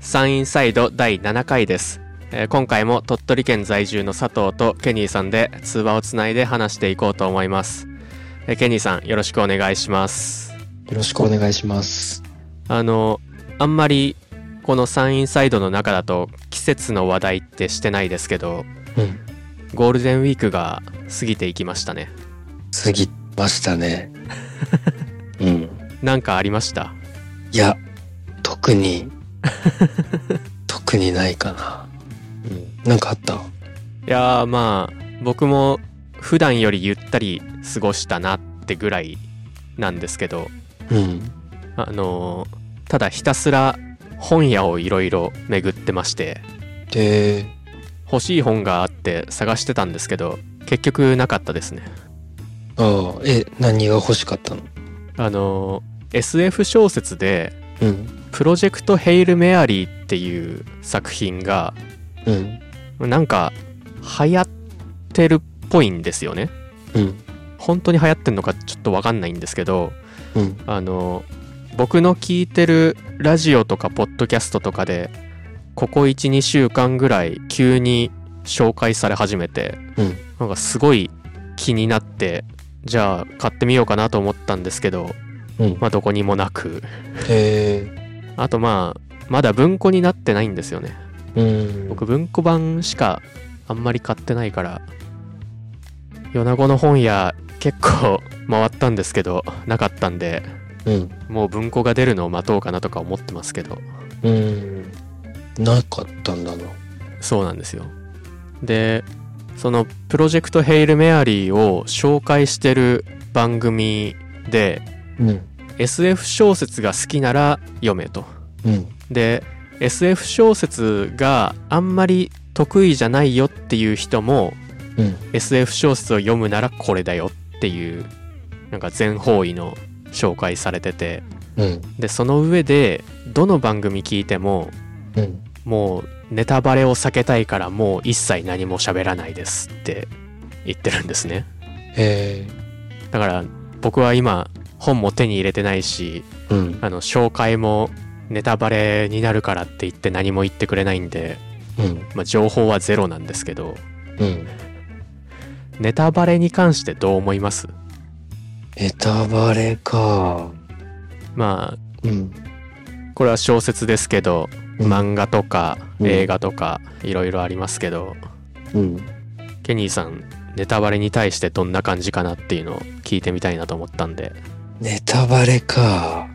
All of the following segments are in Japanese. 山陰サイド第7回です、えー今回も鳥取県在住の佐藤とケニーさんで通話をつないで話していこうと思います、えーケニーさんよろしくお願いしますよろしくお願いします。あのあんまりこの山陰サイドの中だと季節の話題ってしてないですけどうん。ゴールデンウィークが過ぎていきましたね過ぎました ね。うん。なんかありましたいや、特 に、特にないかな。うん。なんかあったいやーまあ僕も普段よりゆったり過ごしたなってぐらいなんですけどうん。あのーただひたすら本屋をいろいろ巡ってましてで、欲しい本があって探してたんですけど結局なかったですねああ、え、何が欲しかったのあのー SF 小説でうん。 「プロジェクト・ヘイル・メアリー」っていう作品がうん。なんか流行ってるっぽいんですよねうん。本当に流行ってんのかちょっとわかんないんですけどうん。あの僕の聞いてるラジオとかポッドキャストとかでここ12週間ぐらい急に紹介され始めてうん。なんかすごい気になってじゃあ買ってみようかなと思ったんですけど、うん。まあ、どこにもなくで、あとまあまだ文庫になってないんですよねうん。僕文庫版しかあんまり買ってないから米子の本屋結構回ったんですけどなかったんでうん。もう文庫が出るのを待とうかなとか思ってますけどうん。なかったんだな。そうなんですよでそのプロジェクト「ヘイル・メアリー」を紹介してる番組でうん。 SF 小説が好きなら読めとうん。で SF 小説があんまり得意じゃないよっていう人もうん。 SF 小説を読むならこれだよっていうなんか全方位の紹介されててうん。でその上でどの番組聞いてもうん。もうネタバレを避けたいからもう一切何も喋らないですって言ってるんですねえだから僕は今本も手に入れてないしー、うん。あの紹介もネタバレになるからって言って何も言ってくれないんで、うん。まあ、情報はゼロなんですけどうん。ネタバレに関してどう思いますネタバレか。まうん。あこれは小説ですけどうん漫画とかうん映画とかいろいろありますけど、うん。ケニーさんネタバレに対してどんな感じかなっていうのを聞いてみたいなと思ったんでネタバレか。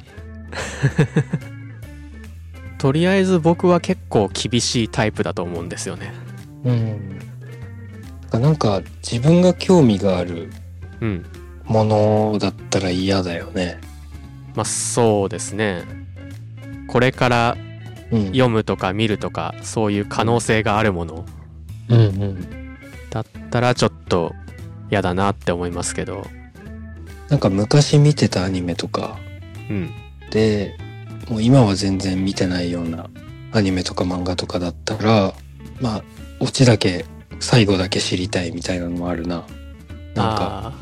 とりあえず僕は結構厳しいタイプだと思うんですよねうん。なんか自分が興味があるうんものだったら嫌だよね。まあそうですねこれからうん。読むとか見るとかそういう可能性があるものうんうん。だったらちょっと嫌だなって思いますけどなんか昔見てたアニメとかうんで、もう今は全然見てないようなアニメとか漫画とかだったら、まあ、オチだけ、最後だけ知りたいみたいなのもあるな。なんか、あ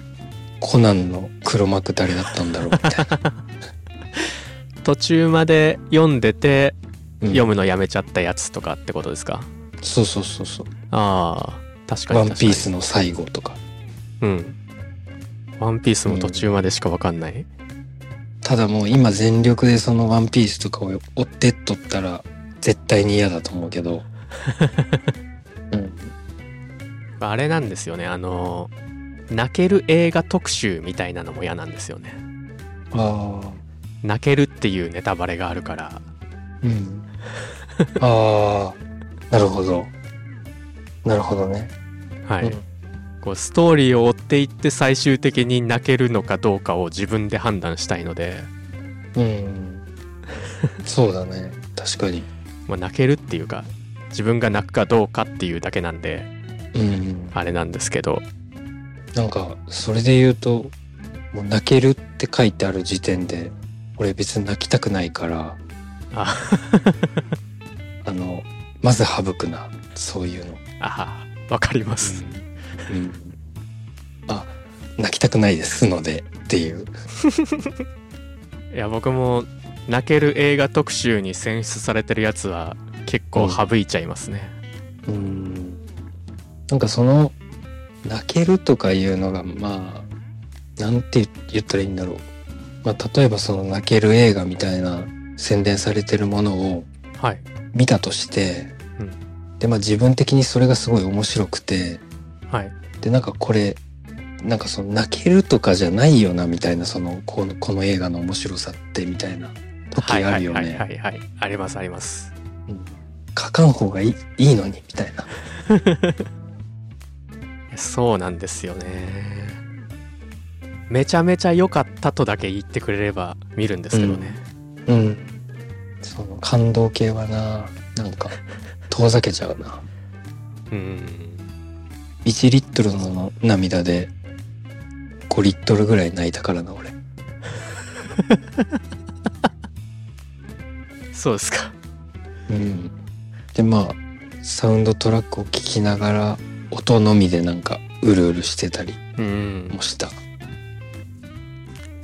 コナンの黒幕誰だったんだろうみたいな。 ー途中まで読んでてうん読むのやめちゃったやつとかってことですか、そうそうそうそう。ああ確かにワ確かにンピースの最後とか。うんワンピースも途中までしか分かんない、ただもう今全力でそのワンピースとかを追ってっとったら絶対に嫌だと思うけ ど。うん。あれなんですよねあの泣ける映画特集みたいなのも嫌なんですよねああ。泣けるっていうネタバレがあるからうん。ああ。なるほど。なるほどね。はい、うんこうストーリーを追っていって最終的に泣けるのかどうかを自分で判断したいので、うん。そうだね。確かに。まあ、泣けるっていうか自分が泣くかどうかっていうだけなんでうん。あれなんですけどなんか、それで言うと、もう泣けるって書いてある時点で、俺別に泣きたくないから、ああの、まず省くな。そういうの。あーわかります、うんあ泣きたくないですのでっていう。いや僕も泣ける映画特集に選出されてるやつは結構省いちゃいますね、うんなんかその泣けるとかいうのがまあなんて言ったらいいんだろう、まあ、例えばその泣ける映画みたいな宣伝されてるものをはい見たとして、うでまあ自分的にそれがすごい面白くてはいでなんかこれなんかその泣けるとかじゃないよなみたいなそのこのこの映画の面白さってみたいな時はいあはるいよはいはね。いはいありますありますうん書かん方がいいいいのにみたいな。そうなんですよねめちゃめちゃ良かったとだけ言ってくれれば見るんですけどね、うん。その感動系はな、なんか遠ざけちゃうな。うん1リットルの涙で5リットルぐらい泣いたからな、俺。そうですかうん。で、まあ、サウンドトラックを聴きながら、音のみでなんかうるうるしてたりうんもした。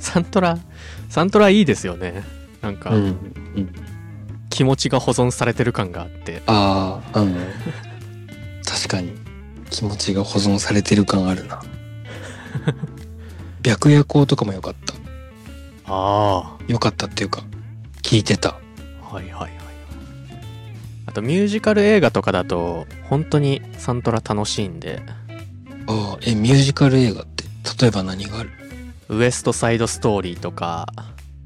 サントラサントラいいですよねなんかうん。気持ちが保存されてる感があってああ、うん。確かに気持ちが保存されてる感ある な。白夜行とかも良かった。あ良かったっていうか、聞いてた。あはいはいはいあとミュージカル映画とかだと本当にサントラ楽しいんでああ、え、ミュージカル映画って、例えば何があるウエストサイドストーリーとか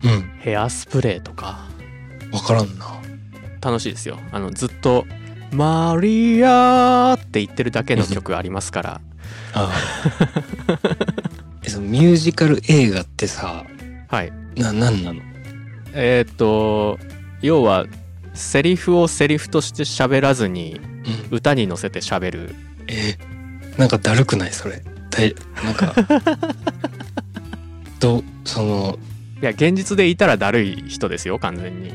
うん、ヘアスプレーとかわからんな。楽しいですよあのずっと「マリア」って言ってるだけの曲ありますからああ。え、そのミュージカル映画ってさ、はいな、なんなのえーっと要はセリフをセリフとして喋らずにうん。歌に乗せて喋るえなんかだるくないそれ。だい、なん か、ど、その、いや現実でいたらだるい人ですよ完全にうん。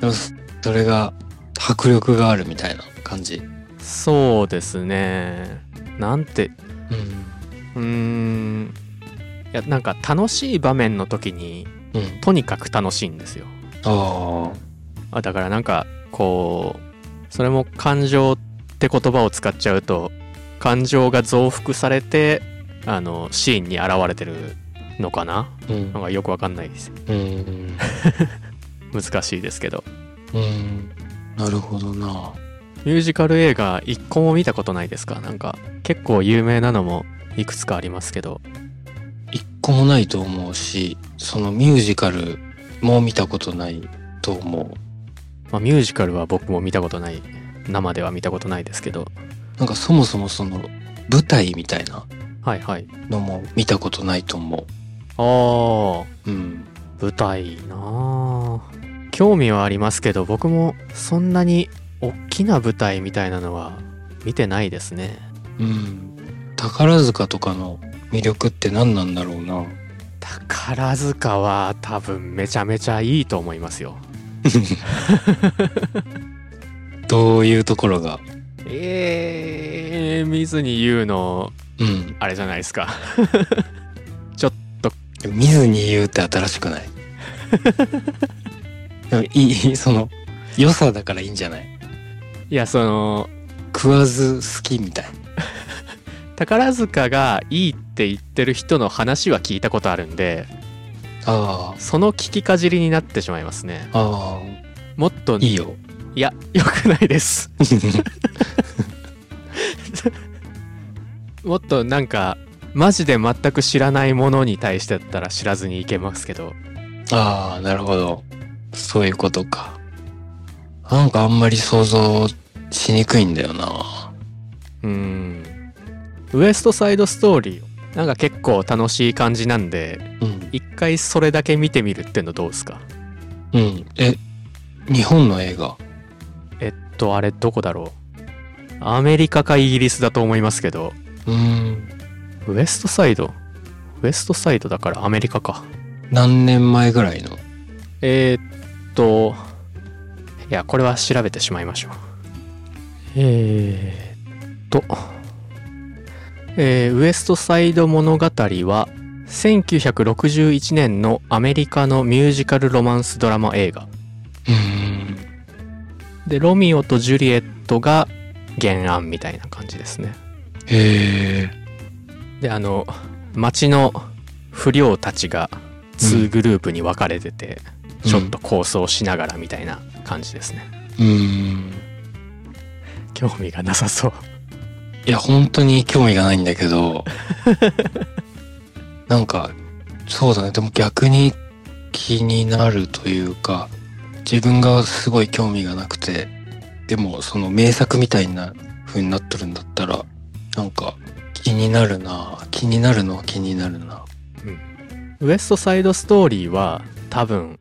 でもそそれが、迫力があるみたいな感じ。そうですねなんてうん。うーんいやなんか楽しい場面の時にうん。とにかく楽しいんですよああ。あだからなんかこうそれも感情って言葉を使っちゃうと感情が増幅されてあのシーンに現れてるのかなうんなん。かよくわかんないですうん。難しいですけどうん。なるほどな。ミュージカル映画一個も見たことないですかなんか結構有名なのもいくつかありますけど一個もないと思うしそのミュージカルも見たことないと思うまあ、ミュージカルは僕も見たことない生では見たことないですけどなんかそもそもその舞台みたいなはいはいのも見たことないと思あーううん舞台なあ興味はありますけど僕もそんなに大きな舞台みたいなのは見てないですねうん宝塚とかの魅力って何なんだろうな宝塚は多分めちゃめちゃいいと思いますよどういうところがえー、見ずに言うのうんあれじゃないですか 見ずに言うって新しくない でもいいその良さだからいいんじゃないいやその食わず好きみたい宝塚がいいって言ってる人の話は聞いたことあるんであその聞きかじりになってしまいますねあああもっといい よいや良くないですもっとなんかマジで全く知らないものに対してだったら知らずにいけますけどああ、なるほど。そういうことか。なんかあんまり想像しにくいんだよな。うーんウエストサイドストーリーなんか結構楽しい感じなんでうん。一回それだけ見てみるってのどうですかうん。え、日本の映画。えっとあれどこだろうアメリカかイギリスだと思いますけどうーん。ウエストサイドウエストサイドだからアメリカか何年前ぐらいのえー、っと、いや、これは調べてしまいましょう。えー、っと、えーウエストサイド物語は1961年のアメリカのミュージカルロマンスドラマ映画うん。でロミオとジュリエットが原案みたいな感じですねへえ。であの町の不良たちが2グループに分かれてて、うんちょっと構想しながらみたいな感じですね、うん。興味がなさそういや、本当に興味がないんだけど。なんか、そうだね。でも逆に気になるというか、自分がすごい興味がなくて、でもその名作みたいな風になってるんだったら、なんか気になるな気になるのは気になるなウエストサイドストーリーは多分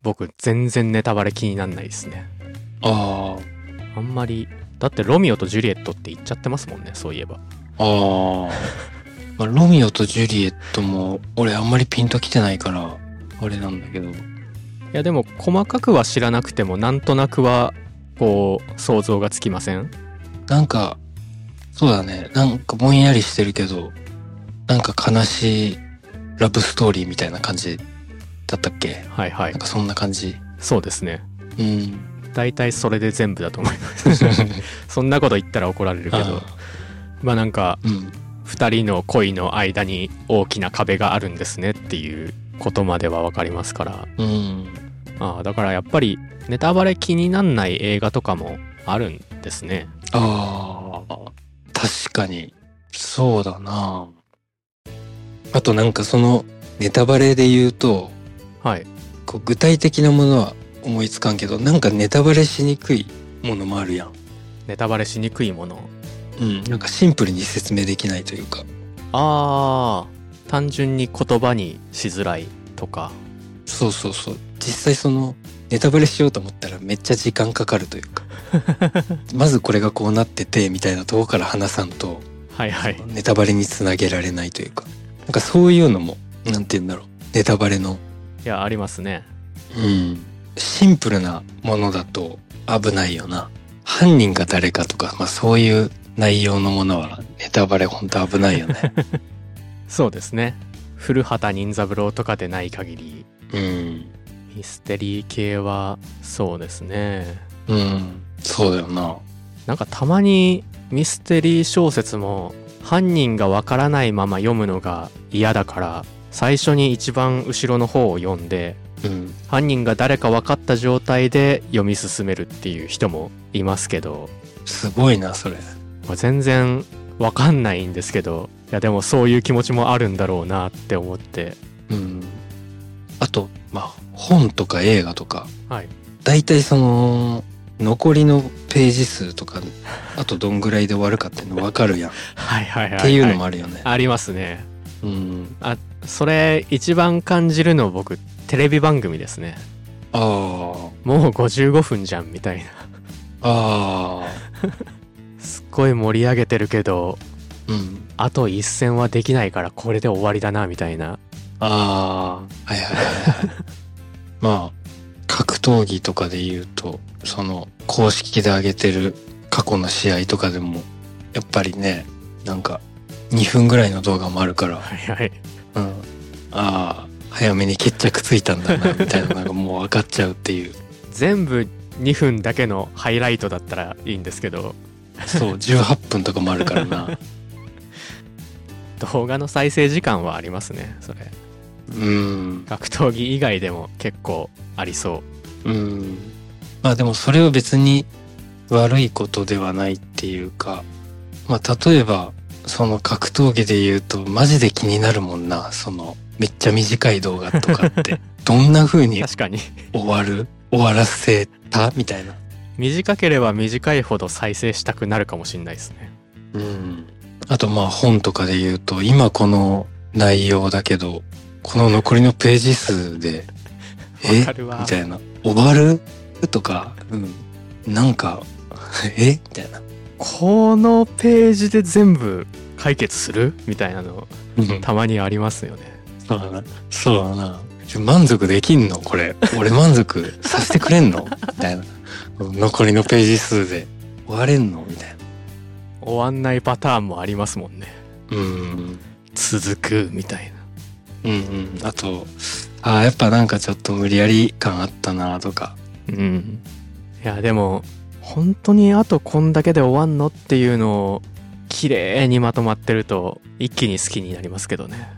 僕全然ネタバレ気になんないですねああんまりだってロミオとジュリエットって言っちゃってますもんねそういえばあ、ああ。まあ、ロミオとジュリエットも、俺あんまりピンときてないから、あれなんだけど。いやでも細かくは知らなくてもなんとなくはこう想像がつきませんなんか、そうだね。なんかぼんやりしてるけど、なんか悲しいラブストーリーみたいな感じだったっけはいはいなんかそんな感じ。そうですねうん。大体それで全部だと思います そんなこと言ったら怒られるけどあまあなんかーうん。 2人の恋の間に大きな壁があるんですねっていうことまでは分かりますからうん。ああだからやっぱりネタバレ気になんない映画とかもあるんですねああ、確かに。そうだなあとなんかそのネタバレで言うと、はいこう具体的なものは思いつかんけど、なんかネタバレしにくいものもあるやん。ネタバレしにくいものうん。なんかシンプルに説明できないというか。ああ単純に言葉にしづらいとかそうそうそう実際そのネタバレしようと思ったらめっちゃ時間かかるというかまずこれがこうなっててみたいなとこから話さんとはいはいネタバレにつなげられないというかなんかそういうのもなんて言うんだろうネタバレの、いやありますねうん、シンプルなものだと危ないよな犯人が誰かとか、まあ、そういう内容のものはネタバレほんと危ないよねそうですね古畑任三郎とかでない限りうんミステリー系はそうですねうんそうだよななんかたまにミステリー小説も犯人がわからないまま読むのが嫌だから最初に一番後ろの方を読んでうん犯人が誰か分かった状態で読み進めるっていう人もいますけどすごいなそれまあ全然分かんないんですけどいやでもそういう気持ちもあるんだろうなって思ってうん、あと、まあ、本とか映画とか、はいだいたいその、残りのページ数とか、あとどんぐらいで終わるかっていうの分かるやん。っはいはいはい、ていうのもああるよね。りますねうん。それ一番感じるの僕テレビ番組ですねああ、もう55分じゃんみたいなあすっごい盛り上げてるけどあ、うん。あと一戦はできないからこれで終わりだなみたいなああ、はいはいはいはい。まあ、格闘技とかで言うと、その、公式で上げてる過去の試合とかでも、やっぱりね、なんか、2分ぐらいの動画もあるから、はいはいうん、ああ早めに決着ついたんだなみたいなのがもう分かっちゃうっていう全部2分だけのハイライトだったらいいんですけどそう18分とかもあるからな動画の再生時間はありますねそれうん格闘技以外でも結構ありそうんまあでもそれは別に悪いことではないっていうかまあ例えばその格闘技で言うとマジで気になるもんなそのめっちゃ短い動画とかってどんなう風に確かに 終わる終わらせたみたいな短ければ短いほど再生したくなるかもしれないですねうん、あとまあ本とかで言うと今この内容だけどこの残りのページ数で「えわかるわみたいな「終わる?」とか、うん、なんか 「えみたいな、このページで全部解決するみたいなのうん、たまにありますよねそうだなそうだなちょ満足できんのこれ俺満足させてくれ んのみたいな残りのページ数で終われんのみたいな終わんないパターンもありますもんねうん続くみたいなうんうん。あと、ああ、やっぱなんかちょっと無理やり感あったなとか。うんいやでも本当にあとこんだけで終わんのっていうのを綺麗にまとまってると一気に好きになりますけどね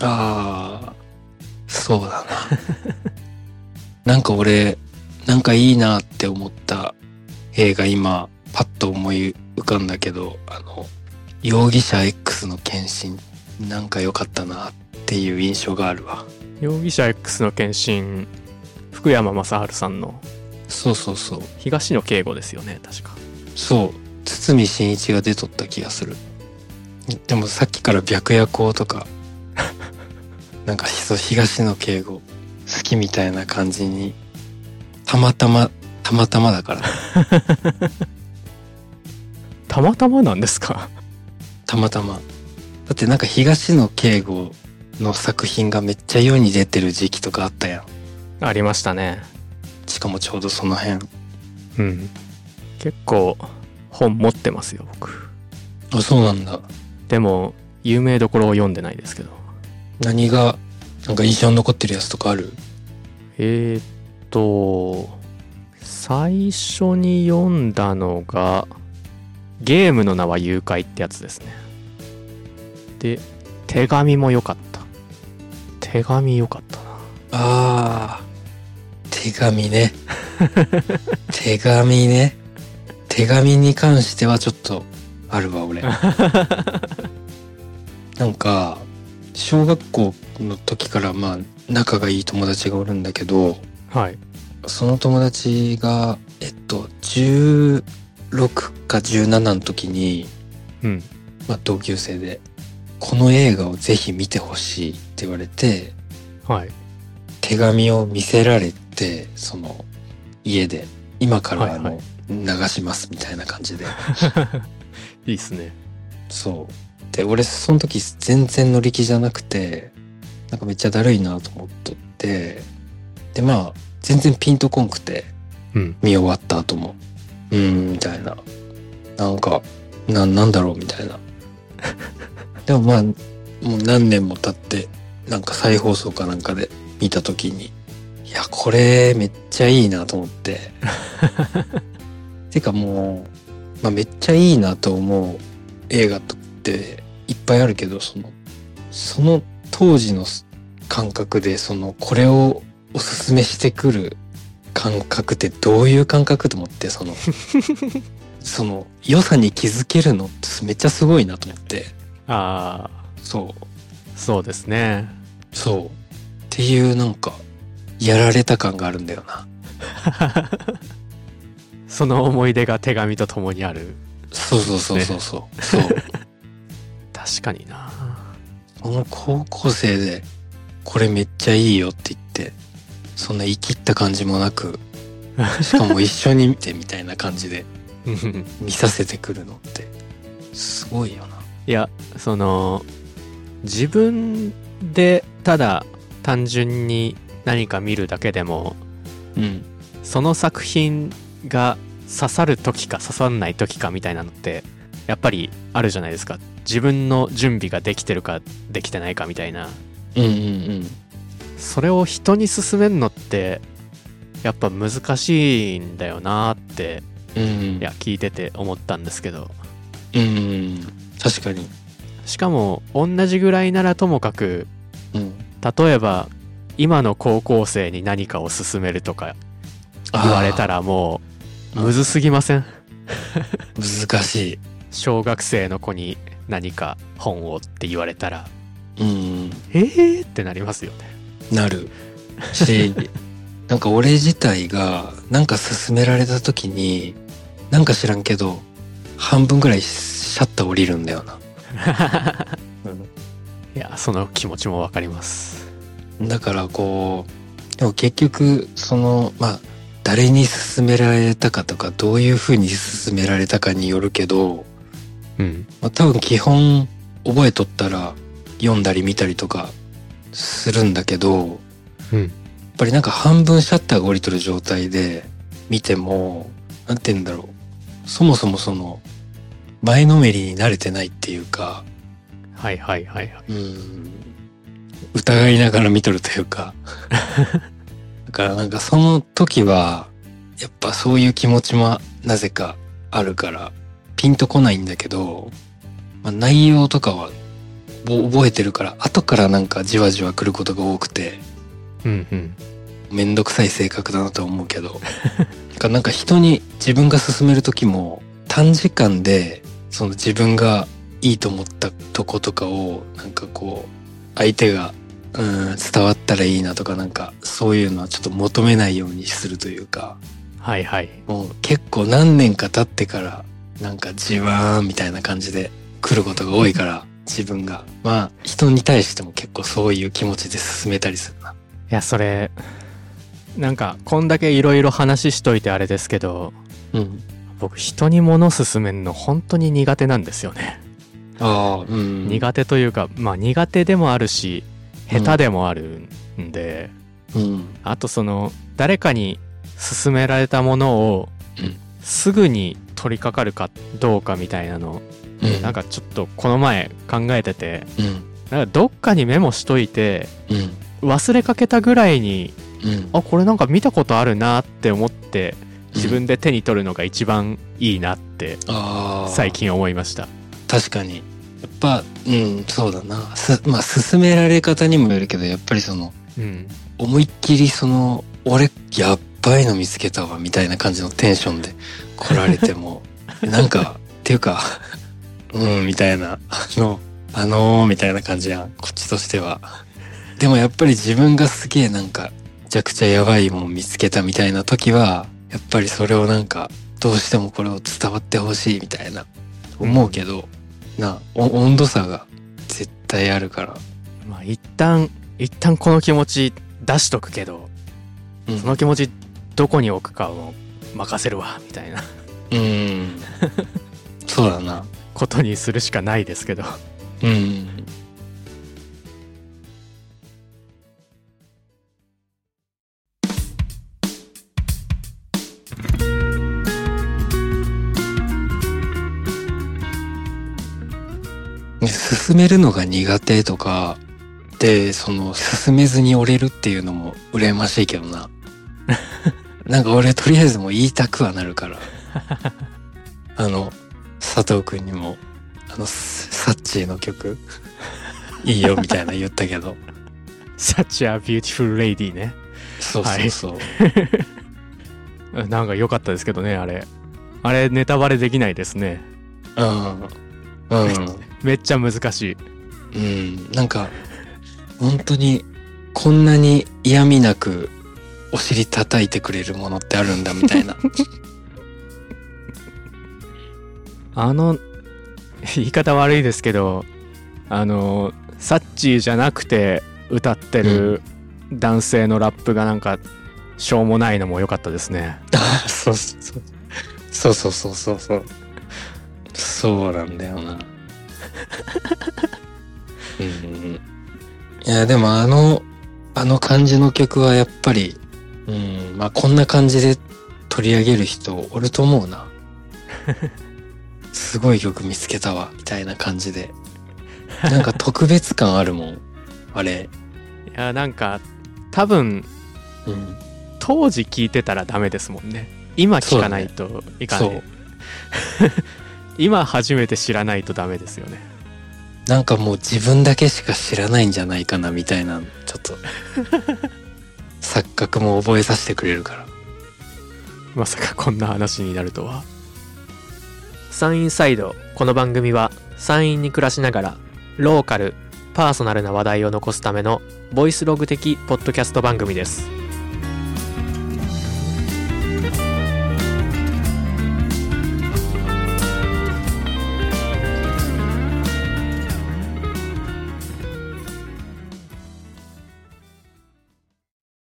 ああ、そうだ な。なんか俺、なんかいいなって思った映画今、パッと思い浮かんだけど、あの、容疑者 X の献身、なんか良かったなっていう印象があるわ。容疑者 X の献身福山雅治さんのそうそうそう。東野圭吾ですよね確かそう堤真一が出とった気がするでもさっきから白夜行とか なんかひそ東野敬吾好きみたいな感じにたまたまたまたまだからたまたまなんですか たまたまだってなんか東野敬吾の作品がめっちゃ世に出てる時期とかあったやんありましたねしかもちょうどその辺うん結構本持ってますよ僕あそうなんだでも有名どころを読んでないですけど何がなんか印象に残ってるやつとかあるえーっと最初に読んだのが「ゲームの名は誘拐」ってやつですねで手紙も良かった手紙良かったなああ、手紙ね。手紙ね。手紙に関してはちょっとあるわ、俺。なんか、小学校の時からまあ、仲がいい友達がおるんだけど、はいその友達が、えっと、16か17の時に、うんまあ、同級生で、この映画をぜひ見てほしいって言われて、はい手紙を見せられてその家で今からあの、はいは流しますみたいな感じでいいっすねそうで俺その時全然乗り気じゃなくてなんかめっちゃだるいなと思っとってでまあ全然ピンとこんくてうん見終わった後もうーんみたいななんかななんだろうみたいな でもまあもう何年も経ってなんか再放送かなんかで見た時にいやこれめっちゃいいなと思っててかもう、まあ、めっちゃいいなと思う映画とっていっぱいあるけどそのその当時の感覚でそのこれをおすすめしてくる感覚ってどういう感覚と思って そのその良さに気づけるのってめっちゃすごいなと思ってああそうそうですねそうっていうなんかやられた感があるんだよなその思い出が手紙とともにあるそうそうそうそうそう、そう確かに なこの高校生でこれめっちゃいいよって言ってそんな言い切った感じもな くしかも一緒に見てみたいな感じでうん見させてくるのってすごいよないやその自分でただ単純に何か見るだけでもうんその作品が刺さる時か刺さんない時かみたいなのってやっぱりあるじゃないですか自分の準備ができてるかできてないかみたいなうんうんそれを人に勧めるのってやっぱ難しいんだよなってうんうんいや聞いてて思ったんですけどうん確かにしかも同じぐらいならともかくうん例えば今の高校生に何かを勧めるとか言われたららもうむずすぎません難し小学生の子に何か本をって言われたらいうんえーってなりますよねなるしなんか俺自体がなんか勧められた時になんか知らんけど半分ぐらいシャッター降りるんだよ な、いやその気持ちもわかりますだからこうでも結局そのまあ誰に勧められたかとかどういうふうに勧められたかによるけど、うんまあ、多分基本覚えとったら読んだり見たりとかするんだけどうんやっぱりなんか半分シャッターが降りとる状態で見てもなんて言うんだろうそもそもその前のめりに慣れてないっていうかはいはいはいはいうん疑いながら見とるというかだからなんかその時はやっぱそういう気持ちもなぜかあるからピンとこないんだけど、まあ、内容とかはぼ覚えてるから後からなんかじわじわ来ることが多くてうんうんめんどくさい性格だなとは思うけど だからなんか人に自分が勧める時も短時間でその自分がいいと思ったとことかをなんかこう相手がうん伝わったらいいなとかなんかそういうのはちょっと求めないようにするというかはいはいもう結構何年か経ってからなんかじわーんみたいな感じで来ることが多いから自分がまあ人に対しても結構そういう気持ちで進めたりするな。いやそれなんかこんだけいろいろ話しといてあれですけどうん、僕人に物勧めるの本当に苦手なんですよね、ああ、うん、苦手というかまあ苦手でもあるしうん下手でもあるんで、うん、あとその誰かに勧められたものをうんすぐに取り掛かるかどうかみたいなの、うん、なんかちょっとこの前考えててうん、なんかどっかにメモしといてうん、忘れかけたぐらいにうん、あこれなんか見たことあるなって思って自分で手に取るのが一番いいなってああ最近思いました確かにやっぱうんそうだなすまあ勧められ方にもよるけどやっぱりそのうん思いっきりその俺やっばいの見つけたわみたいな感じのテンションで来られ てもなんかっていうかうんみたいなあのあのー、みたいな感じやんこっちとしてはでもやっぱり自分がすげえなんかめちゃくちゃやばいもん見つけたみたいな時はやっぱりそれをなんかどうしてもこれを伝わってほしいみたいな思うけど、なお温度差が絶対あるから、まあ一旦一旦この気持ち出しとくけどうんその気持ちどこに置くかを任せるわみたいな うん。そうだな。ことにするしかないですけど うん。進めるのが苦手とかでその進めずに折れるっていうのも羨ましいけどななんか俺とりあえずもう言いたくはなるからあの佐藤君にもあのスサッチーの曲いいよみたいな言ったけど Such a beautiful lady ねそうそうそう、なんか良かったですけどねあれあれネタバレできないですねうんうんめっちゃ難しいうん、なんか本当にこんなに嫌味なくお尻叩いてくれるものってあるんだみたいなあの 言い方悪いですけどあのサッチーじゃなくて歌ってる男性のラップがなんかしょうもないのも良かったですねそうそうそうそうそうそうそうそうなんだよなうんいやでもあのあの感じの曲はやっぱりうんまあこんな感じで取り上げる人おると思 うなすごい曲見つけたわみたいな感じでなんか特別感あるもんあれ、いやなんか多分うん、当時聞いてたらダメですもんね今聞かないといかなそい、う 今初めて知らないとダメですよねなんかもう自分だけしか知らないんじゃないかなみたいなちょっと錯覚も覚えさせてくれるからまさかこんな話になるとは山陰サイドこの番組は山陰に暮らしながらローカルパーソナルな話題を残すためのボイスログ的ポッドキャスト番組です